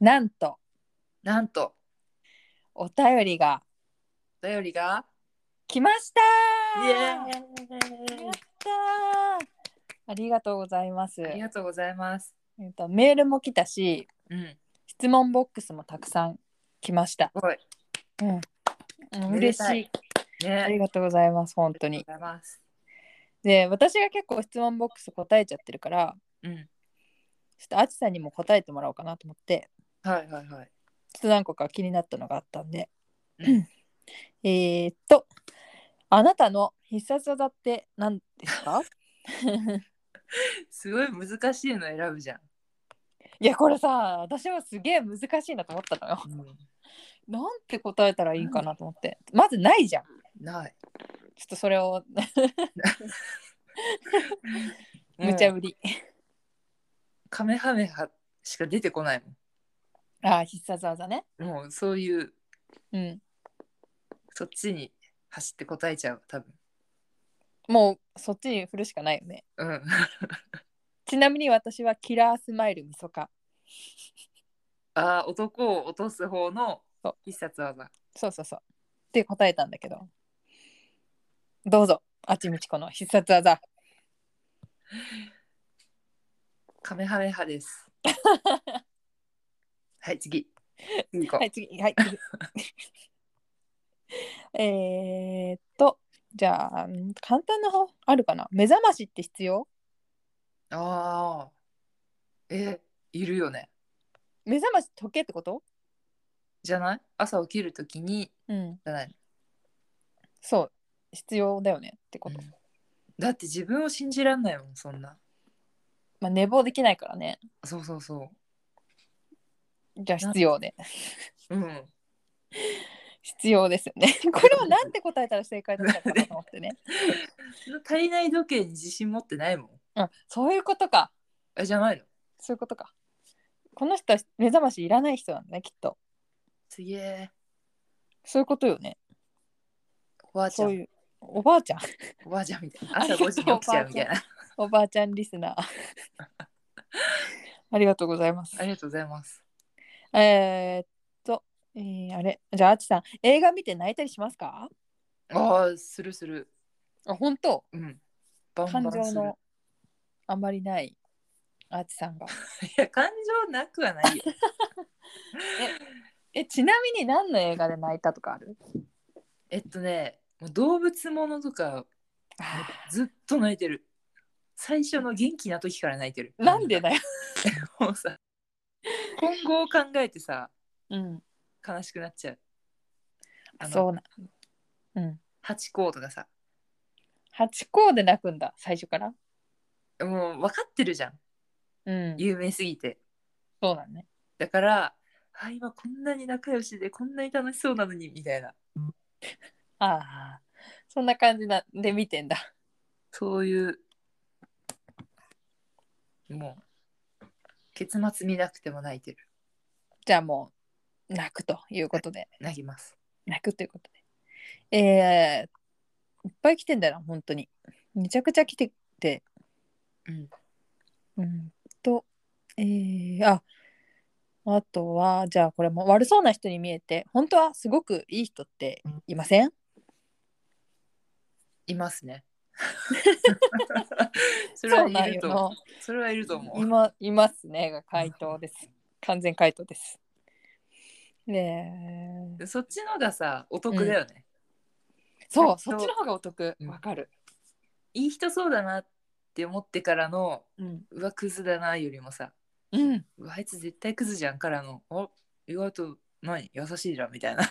なんとなんとお便りがお便りが来ましたイやったーありがとうございます。ありえがとうございます。っとメールも来たし、うん、質問ボックスもたくさん来ました。すごいうんめで嬉たいしい。ね。ありがとうございます。本当に。ありがとうございます。で、私が結構質問ボックス答えちゃってるから、うん、ちょっとあちさんにも答えてもらおうかなと思って、はいはいはい。ちょっと何個か気になったのがあったんで。う えーっと、あなたの必殺技って何ですかすごい難しいの選ぶじゃん。いや、これさ、私もすげえ難しいなと思ったのよ。なんて答えたらいいかなと思って。まずないじゃん。ちょ ない。っとそれを無茶もうぶり。カメハメハしか出てこないああ、必殺技ね。もん。もうそういううん。そっちに走って答えちゃう多分。もうそっちに振るしかないよね。うん。 ちなみに私はキラースマイルみそか。ああ男を落とす方のそう必殺技。そうそうそう。って答えたんだけど。どうぞ、あちみちこの必殺技。カメハメハ です。はい次。次行こうはい、次。はい、次 えーっと、じゃあ、ん簡単な方あるかな目覚ましって必要ああ。えいるよね。目覚まし時計ってことじゃない朝起きるときにうん。じゃない、そう。必要だよねってこと。だって自分を信じらんないもんそんなまあ、寝坊できないからね。そうそうそじゃあ必要で。ううん必要ですよ ね。これをなんて答えたら正解だったのかなと思 ってね。体内時計に自信持ってないもんあ、そういうことか。あじゃないのそういうことか。この人は目覚ましいらない人なんだね、きっと。すげえそういうことよね。おばあちそゃうんいう。おばあちゃん。 おばあちゃんみたいなあり朝がとう5時に起きちゃうみたいなおばあちゃんリス ナー。ありがとうございますあ。りがとうございますえー、っと、えーあれ、じゃあ、あちさん、映画見て泣いたりしますかああするするあ、本当うんバン感バン情するのあんまりないあちさんが。いや感情なくはないよえ、ちなみに何の映画で泣いたとかあるえっとねもう動物ものとかずっと泣いてる最初の元気な時から泣いてるなんでだよ。もうさ今後を考えてさうん。悲しくなっちゃうあのそうな。うん。ハチ公とかさ八甲で泣くんだ、最初から。もう分かってるじゃんうん。有名すぎてそうだね。だからあ今こんなに仲良しでこんなに楽しそうなのにみたいなああ。そんな感じなで見てんだ。そういうもう結末見なくても泣いてるじゃあもう、泣くということで。泣きます泣くということで。えー、いっぱい来てんだよな、本当に。めちゃくちゃ来てて。うんうんと、えー、あ、あとは、じゃあこれも悪そうな人に見えて、本当はすごくいい人っていませんいま すねそれそはうないんるよと思うな。それはいると思う今いますねが回答です。完全回答です。ねえそっちのがさお得だよね、そ回う、答そっちの方がお得。うんわかる。いい人そうだなって思ってからのうん。うわクズだなよりもさうん。うわあいつ絶対クズじゃんからのお意外と何優しいじゃんみたいな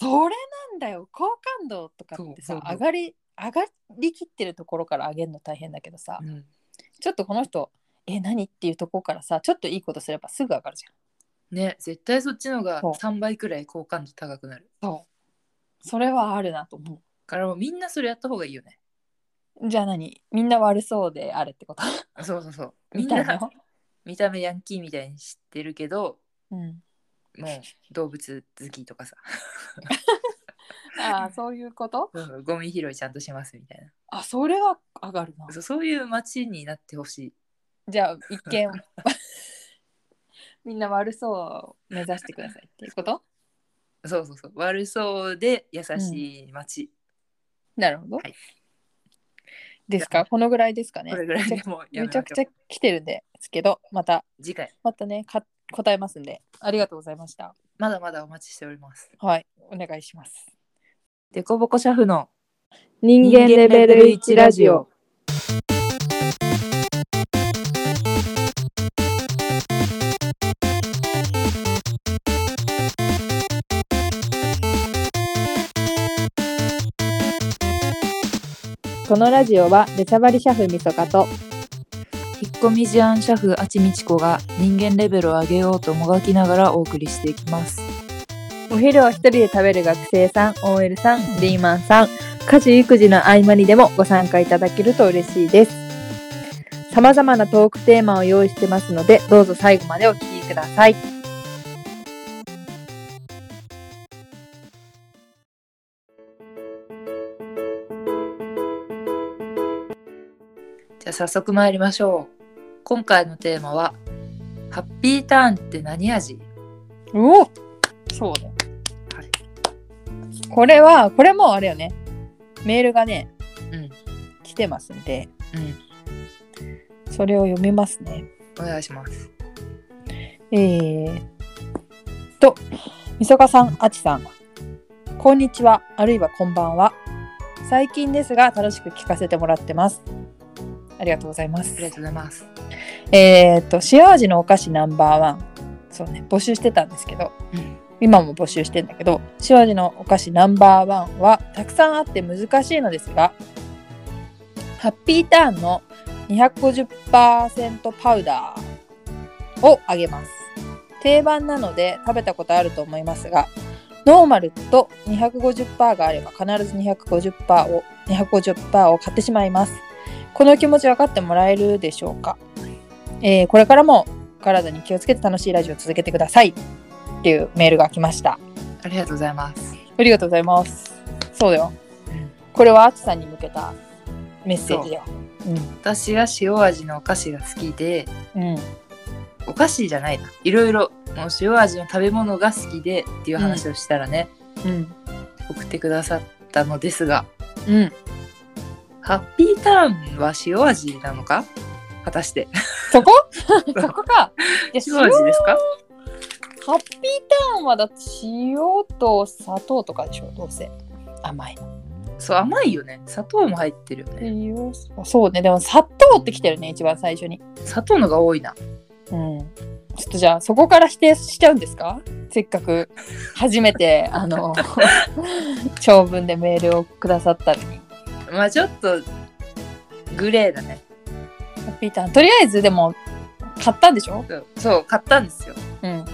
それなんだよ好感度とかってそうさそうそう上がり上がりきってるところから上げるの大変だけどさ、うんちょっとこの人え何っていうところからさちょっといいことすればすぐ上がるじ ね絶対そっちのがそう3倍くらい好感度高くなるゃんそうそれはあるなと思からもうみんなそれやった方がいいよねうじゃあ何みんな悪そうであれってことそうそうそう みみんたいなな見た目ヤンキーみたいに知ってるけど うん、もう動物好きとかさああそういうこと うんゴミ拾いちゃんとしますみたいなあそれは上がるなそうそういう街になってほしいじゃあ一見 みんな悪そうを目指してくださいっていうことそうそうそう悪そうで優しい街、なるほど。はいですかこのぐらいですかね。これぐらいでもうやめめまちしょゃうくちゃ来てるんですけど、また、次回またね、か答えますんで、ありがとうございました。まだまだお待ちしておりますはい、お願いします。デコボコシャフの人間レベル1ラジオ。このラジオは、出しゃばりシャフみそかと、引っ込み思案シャフあちみちこが人間レベルを上げようともがきながらお送りしていきますお昼を一人で食べる学生さん、OL さん、リーマンさん、家事育児の合間にでもご参加いただけると嬉しいです。様々なトークテーマを用意してますので、どうぞ最後までお聞きください。じゃあ早速参りましょう今回のテーマはハッピーターンって何味おそうだよ。はいこれは、これもあれよね。メールがね、うん来てますんで、うんそれを読みますね。お願いしますえー、と、みそかさん、あちさん、こんにちは、あるいはこんばんは。最近ですが、楽しく聞かせてもらってます。ありがとうございますあり。がとうございますえー、と、塩味のお菓子ナンバーワン。そうね、募集してたんですけど、うん今も募集してんだけど、塩味のお菓子ナンバーワンはたくさんあって難しいのですが、ハッピーターンの250%パウダーをあげます。定番なので食べたことあると思いますが、ノーマルと250%があれば必ず250%を250%を買ってしまいます。この気持ち分かってもらえるでしょうかえーこれからもお体に気をつけて楽しいラジオを続けてくださいっていうメールが来ましたありがとうございます、ありがとうございますそうだようんこれはあつさんに向けたメッセージだよう私が塩味のお菓子が好きでんうんお菓子じゃないないろいろもう塩味の食べ物が好きでっていう話をしたらね、うん送ってくださったのですがうんハッピーターンは塩味なのか果たしてそ こそこかいや塩味ですか塩ハッピーターンはだって塩と砂糖とかでしょどうせ甘いのそう甘いよね砂糖も入ってるよね塩あそうねでも砂糖ってきてるね一番最初に砂糖のが多いなうんちょっとじゃあそこから否定しちゃうんですかせっかく初めてあ の長文でメールをくださったのにまあちょっとグレーだねハッピーターンとりあえずでも買ったんでしょそうそう買ったんですようん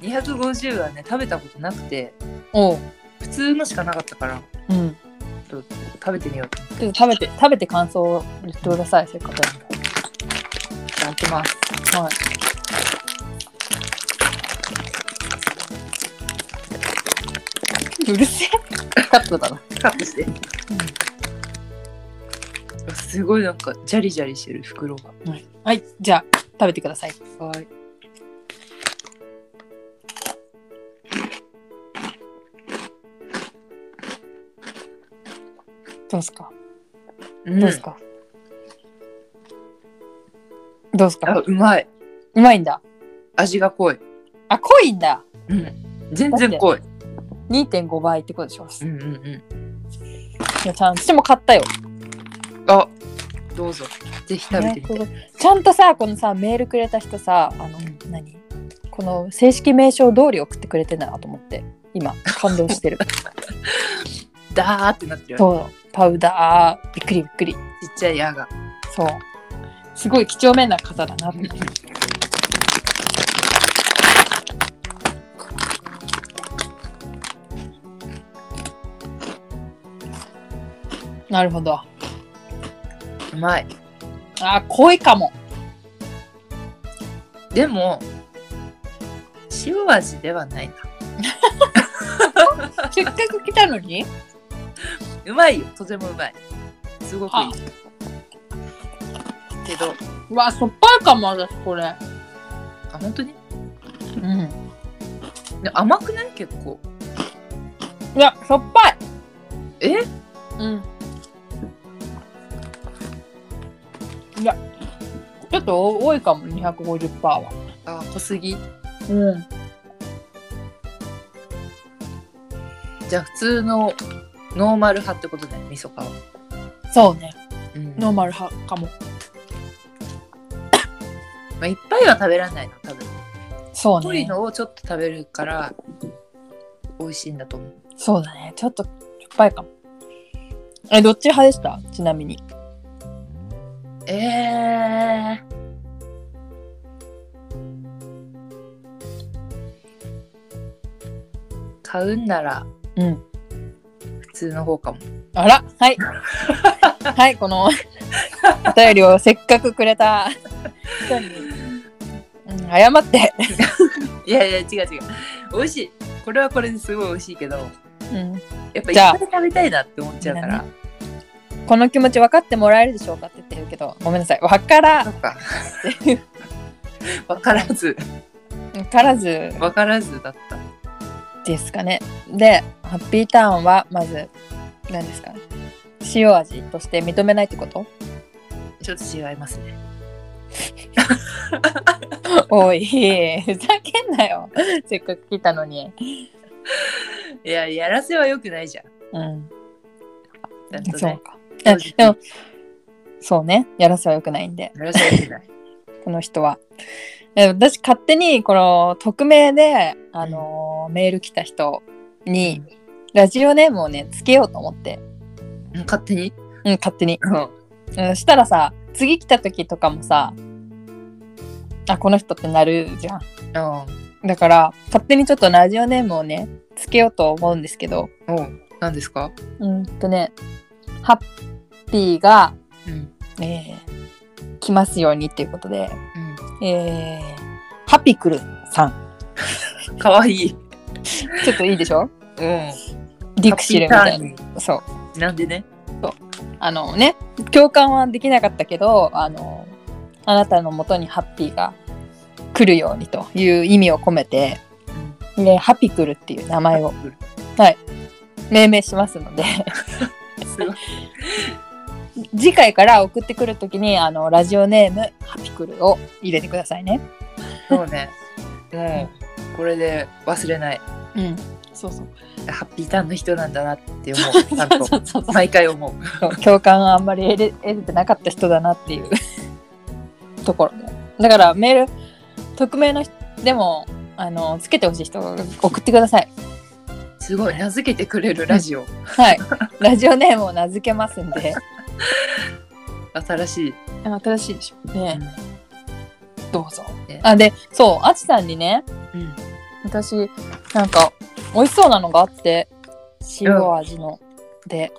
250はね食べたことなくておう普通のしかなかったからうん食べてみようと思ってちょっと食べて食べて感想を言ってくださいせっかくなんでいただきますはいうるせえカットだなカットして、すごいなんかジャリジャリしてる袋がはいじゃあ食べてくださいはいどうすかうんどうすか、どうすあかうまいうまいんだ味が濃い、あ濃いんだうん、全然濃い2.5倍ってことでしょ、うんうんうんいやちゃん私も買ったよあどうぞぜひ食べてみてちゃんとさこのさメールくれた人さあの、うん何この正式名称通り送ってくれてんだなと思って今感動 してるダーってなってるよそうパウダーびっくりびっくりちっちゃい矢がそうすごい貴重面な方だなと思ってなるほどうまいあ濃いかもでも塩味ではないなせっかく来たのにうまいよとてもうまいすごくいいけどうわしょっぱいかも私これあ本当にうんね甘くない結構いやしょっぱいえうんいやちょっと多いかも250%はあ濃すぎうんじゃあ普通のノーマル派ってことだよ味噌かは、そうねうんノーマル派かもまあ、いっぱいは食べられないの多分そうね濃いのをちょっと食べるから美味しいんだと思うそうだね。ちょっとしょっぱいかも。え、どっち派でしたちなみに。ええ買うんならうん。普通の方かもあら はい。はい、このお便りをせっかくくれ た人に、うん、謝って。いやいや違う違う美味しいこれはこれですごい美味しいけどうん。やっぱいっじゃあぱい食べたいなって思っちゃうかみんならこの気持ち分かってもらえるでしょうかって言ってるけど、ごめんなさい。分からそん。っか分からず分からず分からずだったですかね。で、ハッピーターンは、まず、何ですか塩味として認めないって ことちょっと違いますねおい、ふざけんなよ。せっかく来たのに。いややらせはよくないじゃんうん。ちゃんとそうねか。え正直でも、そうね。やらせは良くないんで、やらせはよくないこの人は。え私、勝手に、この、匿名で、あのーメール来た人に、ラジオネームをね、つけようと思って。うん勝手にうん、勝手に。うんうん、したらさ、次来た時とかもさ、あ、この人ってなるじゃん。うだから、勝手にちょっとラジオネームをね、つけようと思うんですけど、んうん何ですかうんとね、ハッピーが、うんえー来ますようにっていうことで、うんえーハピクルさん。かわいい。ちょっといいでし ょうん。ディクシルみたいハッピータな。そう。ーンなんでね。あのね、共感はできなかったけど、あの、あなたのもとにハッピーが来るようにという意味を込めて、ね、ハピクルっていう名前を命名しますので、 すごい。次回から送ってくるときに、あの、ラジオネーム、ハピクルを入れてくださいね。そうね。もう、これで忘れない。うん。そうそう。ハッピーターンの人なんだなって思 う。ちゃん そと。うそうそう。毎回思う。そう共感はあんまり得れ得れてなかった人だなっていうところだからメール匿名の人でもあのつけてほしい人が送ってくださいすごい。名付けてくれるラジオ。はいラジオネームを名付けますんで新しい。新 しいでしょねどうぞねあでそうあちさんにねうん。私なんか美味しそうなのがあって塩味の、で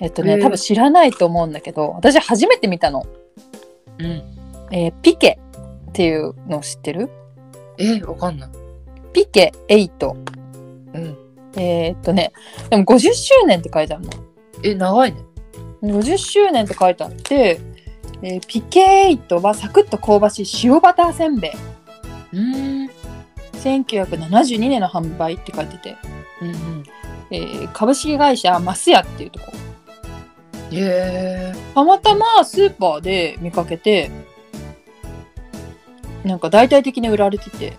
えっとね、うん多分知らないと思うんだけど私初めて見たの、うん。えーピケっていうの知ってるえ、わかんない。ピケ8。うん。えーっとね、でも50周年って書いてあるえ、長いね。の。50周年って書いてあって、えーピケ8はサクッと香ばしい塩バターせんべい。うーん。 1972年の販売って書いてて、うんうん。えー株式会社マスヤっていうとこ。へえ。たまたまスーパーで見かけて、なんか大々的に売られてて、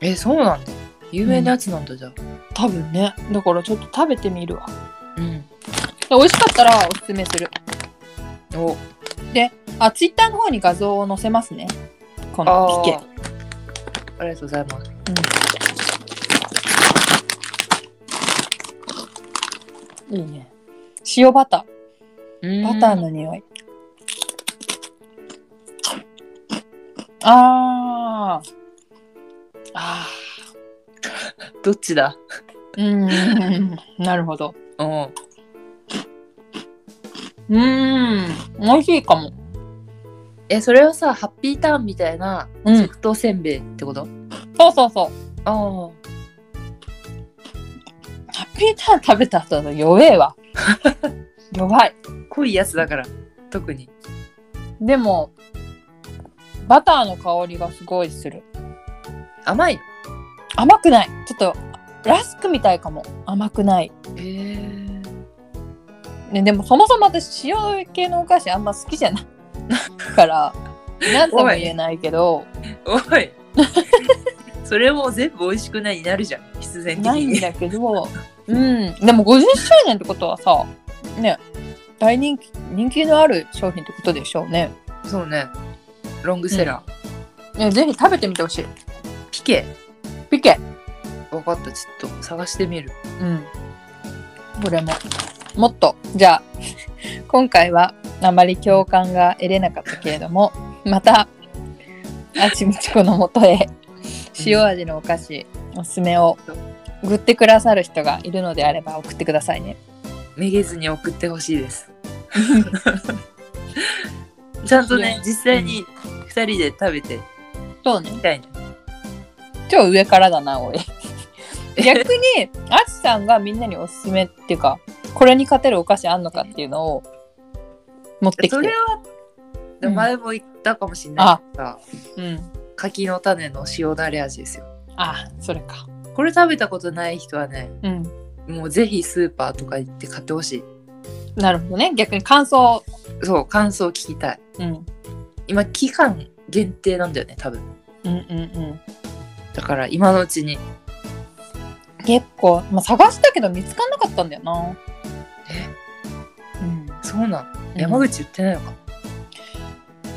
え、そうなんだ。有名なやつなんだじゃあ。多分ね、だからちょっと食べてみるわ。うん。で美味しかったらおすすめする。お、あ、ツイッターの方に画像を載せますね。こあのーピケ。ありがとうございます。いいね。塩バター。ババターの匂い。あー。あどっちだー。うーん。 なるほど。うん。うーん。美味しいかも。えそれはさハッピーターンみたいなうん即答せんべいってこと、そうそうそう。あハッピーターン食べた後だと弱え わ。弱い。あ濃いやつだから特にでも、バターの香りがすごいする。甘いの甘くないちょっとラスクみたいかも甘くない、へえね、でもそもそも私塩系のお菓子あんま好きじゃないから何とも言えないけどおい それも全部美味しくないになるじゃん必然的ないんにだけどうんでも50周年ってことはさね大人気人気のある商品ってことでしょうねそうねロングセラー、ねぜひ食べてみてほしいピケピケ分かったちょっと探してみるうんこれももっとじゃあ今回はあまり共感が得れなかったけれども またあちみちこのもとへ塩味のお菓子おすすめを送ってくださる人がいるのであれば送ってくださいねめげずに送ってほしいです ちゃんとね実際に2人で食べてそうねみたいな超上からだなおい逆にあちさんがみんなにおすすめっていうかこれに勝てるお菓子あんのかっていうのを持ってきてそれはでうん前も言ったかもしれないけどさ、うん柿の種の塩だれ味ですよあそれかこれ食べたことない人はねうんもうぜひスーパーとか行って買ってほしいなるほどね逆に感想そう感想聞きたいうん今期間限定なんだよね多分うんうんだから今のうちに結構、まあ、探したけど見つかんなかったんだよなえうんそうなの山口売ってないのか、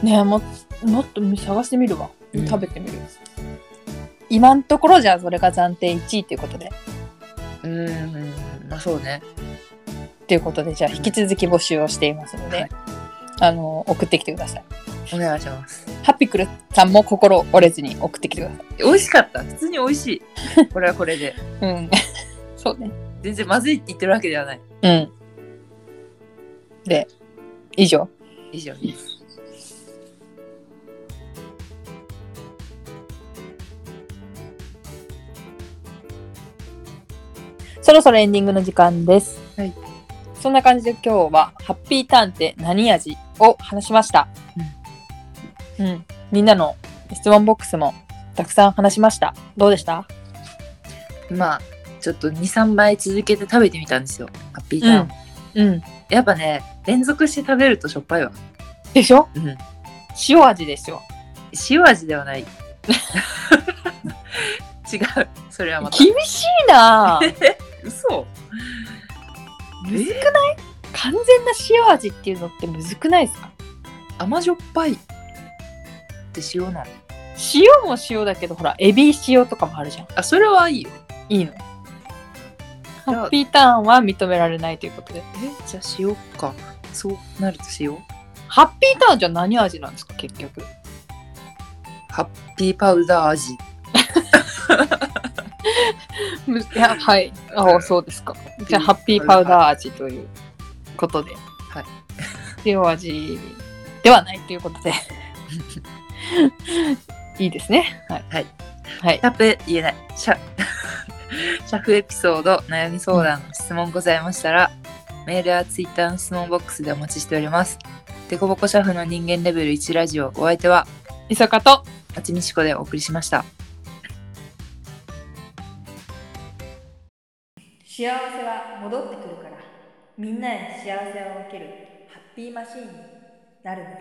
ねえももっと探してみるわ、うん食べてみる今のところじゃあそれが暫定1位ということでうーんまあそうねということでじゃあ引き続き募集をしていますので、はいあの送ってきてくださいお願いしますハピクルさんも心折れずに送ってきてくださ美味しかった普通に美味 しいこれはこれでい うんそうね全然まずいって言ってるわけではないうんで以上以上ですそろそろエンディングの時間です。はい。そんな感じで今日は、ハッピーターンって何味を話しました。うん。みんなの質問ボックスもたくさん話しました。どうでしたまあちょっと23杯続けて食べてみたんですよハッピーターン、うんうん。やっぱね連続して食べるとしょっぱいわ、でしょうん、塩味ですよ。塩味ではない 違うそれはまた厳しいなぁ嘘むずくない 完全な塩味っていうのってむずくないですか甘じょっぱいって塩なの塩も塩だけど、ほら、エビ塩とかもあるじゃん。あそれはいいよいいの。ハゃあッピーターンは認められないということで。えじゃあ塩かそうなると塩ハッピーターンじゃ何味なんですか、結局。ハッピーパウダー味むいやはい。あそうですか。じゃあ、ハッピーパウダー味ということで。はい。塩味ではないという ことで。いいですね。はい。はい。はいシ。ャープ言えないシャ シャフエピソード悩み相談質問ございましたら、メールやツイッターの質問ボックスでお待ちしておりますデコボコシャフの人間レベル1ラジオお相手は磯かと、あちみしこでお送りしました幸せは戻ってくるから、みんなに幸せを分けるハッピーマシーンになるんだ。